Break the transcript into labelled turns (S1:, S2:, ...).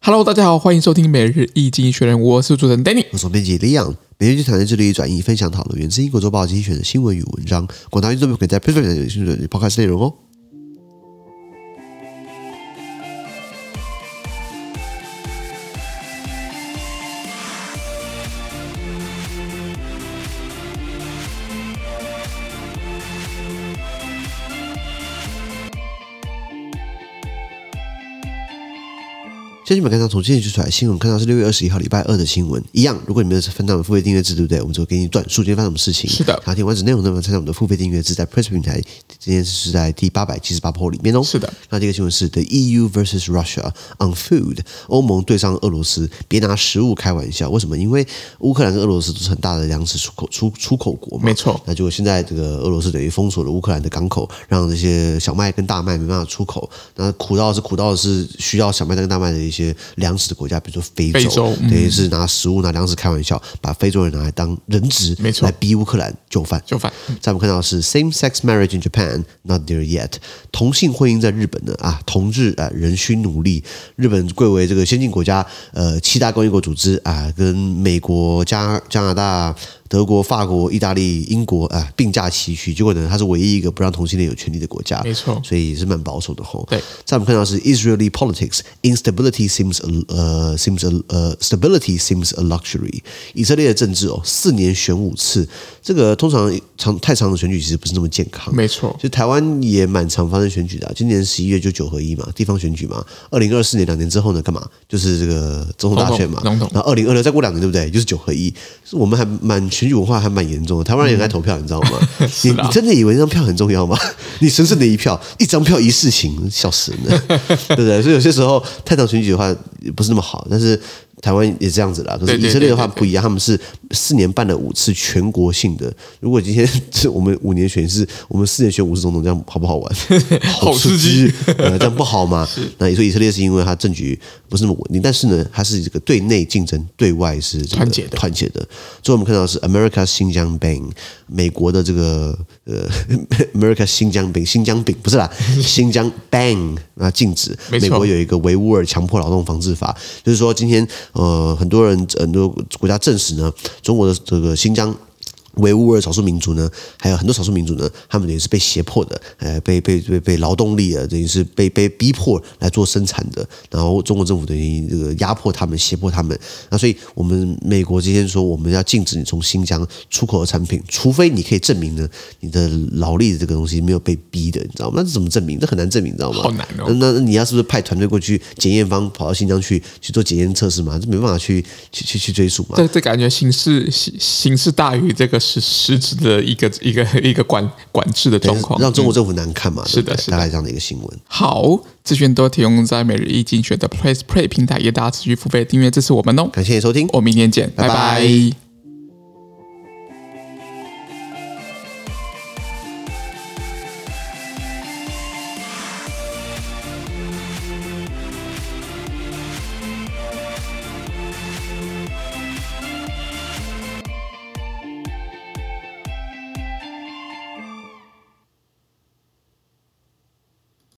S1: Hello，大家好，欢迎收听每日易经学人，我是主持人 Danny。
S2: 我是编辑 Leon，每天就产在这里转译、分享、讨论源自英国《周报》精选的新闻与文章。广大听众朋友可以在 p r e f e r 有兴趣的 Podcast 内容哦。先你们看到从今天就出来的新闻，看到是六月二十一号礼拜二的新闻，一样。如果你们有分到我们付费订阅制，对不对？我们就给你转述今天发生什么事情。
S1: 是的
S2: 然后听完整内容呢，我们参加我们的付费订阅制，在 Press 平台，今天是在第八百七十八铺里面哦。
S1: 是的。
S2: 那这个新闻是 The EU versus Russia on food，欧盟对上俄罗斯，别拿食物开玩笑。为什么？因为乌克兰跟俄罗斯都是很大的粮食出口出出口国嘛。
S1: 没错
S2: 那结果现在这个俄罗斯等于封锁了乌克兰的港口，让这些小麦跟大麦没办法出口。那苦到是苦到是需要小麦跟大麦的一些粮食的国家，比如说非洲，
S1: 非洲嗯
S2: 等于是拿食物拿粮食开玩笑，把非洲人拿来当人质，
S1: 没错
S2: 来逼乌克兰就范。
S1: 就反
S2: 在我们看到的是 same-sex marriage in Japan not there yet，同性婚姻在日本呢啊，同志啊仍需努力。日本贵为这个先进国家，呃，七大工业国组织啊，跟美国、加加拿大、德国、法国、意大利、英国啊并驾齐驱。结果呢，它是唯一一个不让同性恋有权利的国家，
S1: 没错
S2: 所以是蛮保守的吼。
S1: 对
S2: 在我们看到的是 Israeli politics instability seems a- 呃 seems a- 呃 stability seems a luxury。以色列的政治哦，四年选五次，这个通常长太长的选举其实不是那么健康。
S1: 没错，
S2: 就台湾也蛮常发生选举的啊、今年十一月就九合一嘛，地方选举嘛。二零二四年两年之后呢，干嘛？就是这个总统大选嘛。
S1: 总统总统
S2: 然后二零二六再过两年，对不对？就是九合一。是我们还蛮选举文化还蛮严重的，台湾人也爱投票，你知道 吗？你
S1: 啦
S2: 你真的以为那张票很重要吗？ 你神圣的一票，一张票一事情，笑死人 了，对不对？所以有些时候太长选举的话不是那么好，但是。台湾也这样子啦，可
S1: 对
S2: 是
S1: 对
S2: 以色列的话
S1: 对对对
S2: 不一样，他们是四年办了五次全国性的。如果今天 是我们五年选一次，我们四年选五十总统，这样好不好玩？
S1: 好刺
S2: 刺
S1: 激
S2: 激， 呃，这样不好嘛？那你说以色列是因为它政局不是那么稳定，但是呢，它是这个对内竞争，对外是这个
S1: 团结的
S2: 团结的。所以我们看到的是 America 新疆饼，美国的这个呃 America 新疆饼，新疆饼 不是啦，新疆 bang 啊禁止。
S1: 没错
S2: 美国有一个维吾尔强迫劳动防治法，就是说今天呃很多人很多国家证实呢，中国的这个新疆。维吾尔少数民族呢，还有很多少数民族呢，他们等于是被胁迫的，呃，被被被被劳动力啊，等于是被被逼迫来做生产的。然后中国政府等于这个压迫他们、胁迫他们。那所以我们美国今天说我们要禁止你从新疆出口的产品，除非你可以证明呢，你的劳力这个东西没有被逼的，你知道吗？那这怎么证明？这很难证明，你知道吗？
S1: 好难哦
S2: 那那那你要是不是派团队过去检验方跑到新疆去去做检验测试嘛？这没办法去去去去追溯嘛。
S1: 这这感觉形式形形式大于这个实实质的一个一个一个管管制的状况。
S2: 让
S1: 嗯
S2: 中国政府难看嘛？
S1: 是的
S2: 对不对
S1: 是的
S2: 大概这样的一个新闻。
S1: 好资讯都提供在每日易经学的 Place Play 平台，也大家持续付费订阅支持我们哦。
S2: 感谢你收听，
S1: 我们明天见，
S2: 拜
S1: 拜
S2: 拜
S1: 拜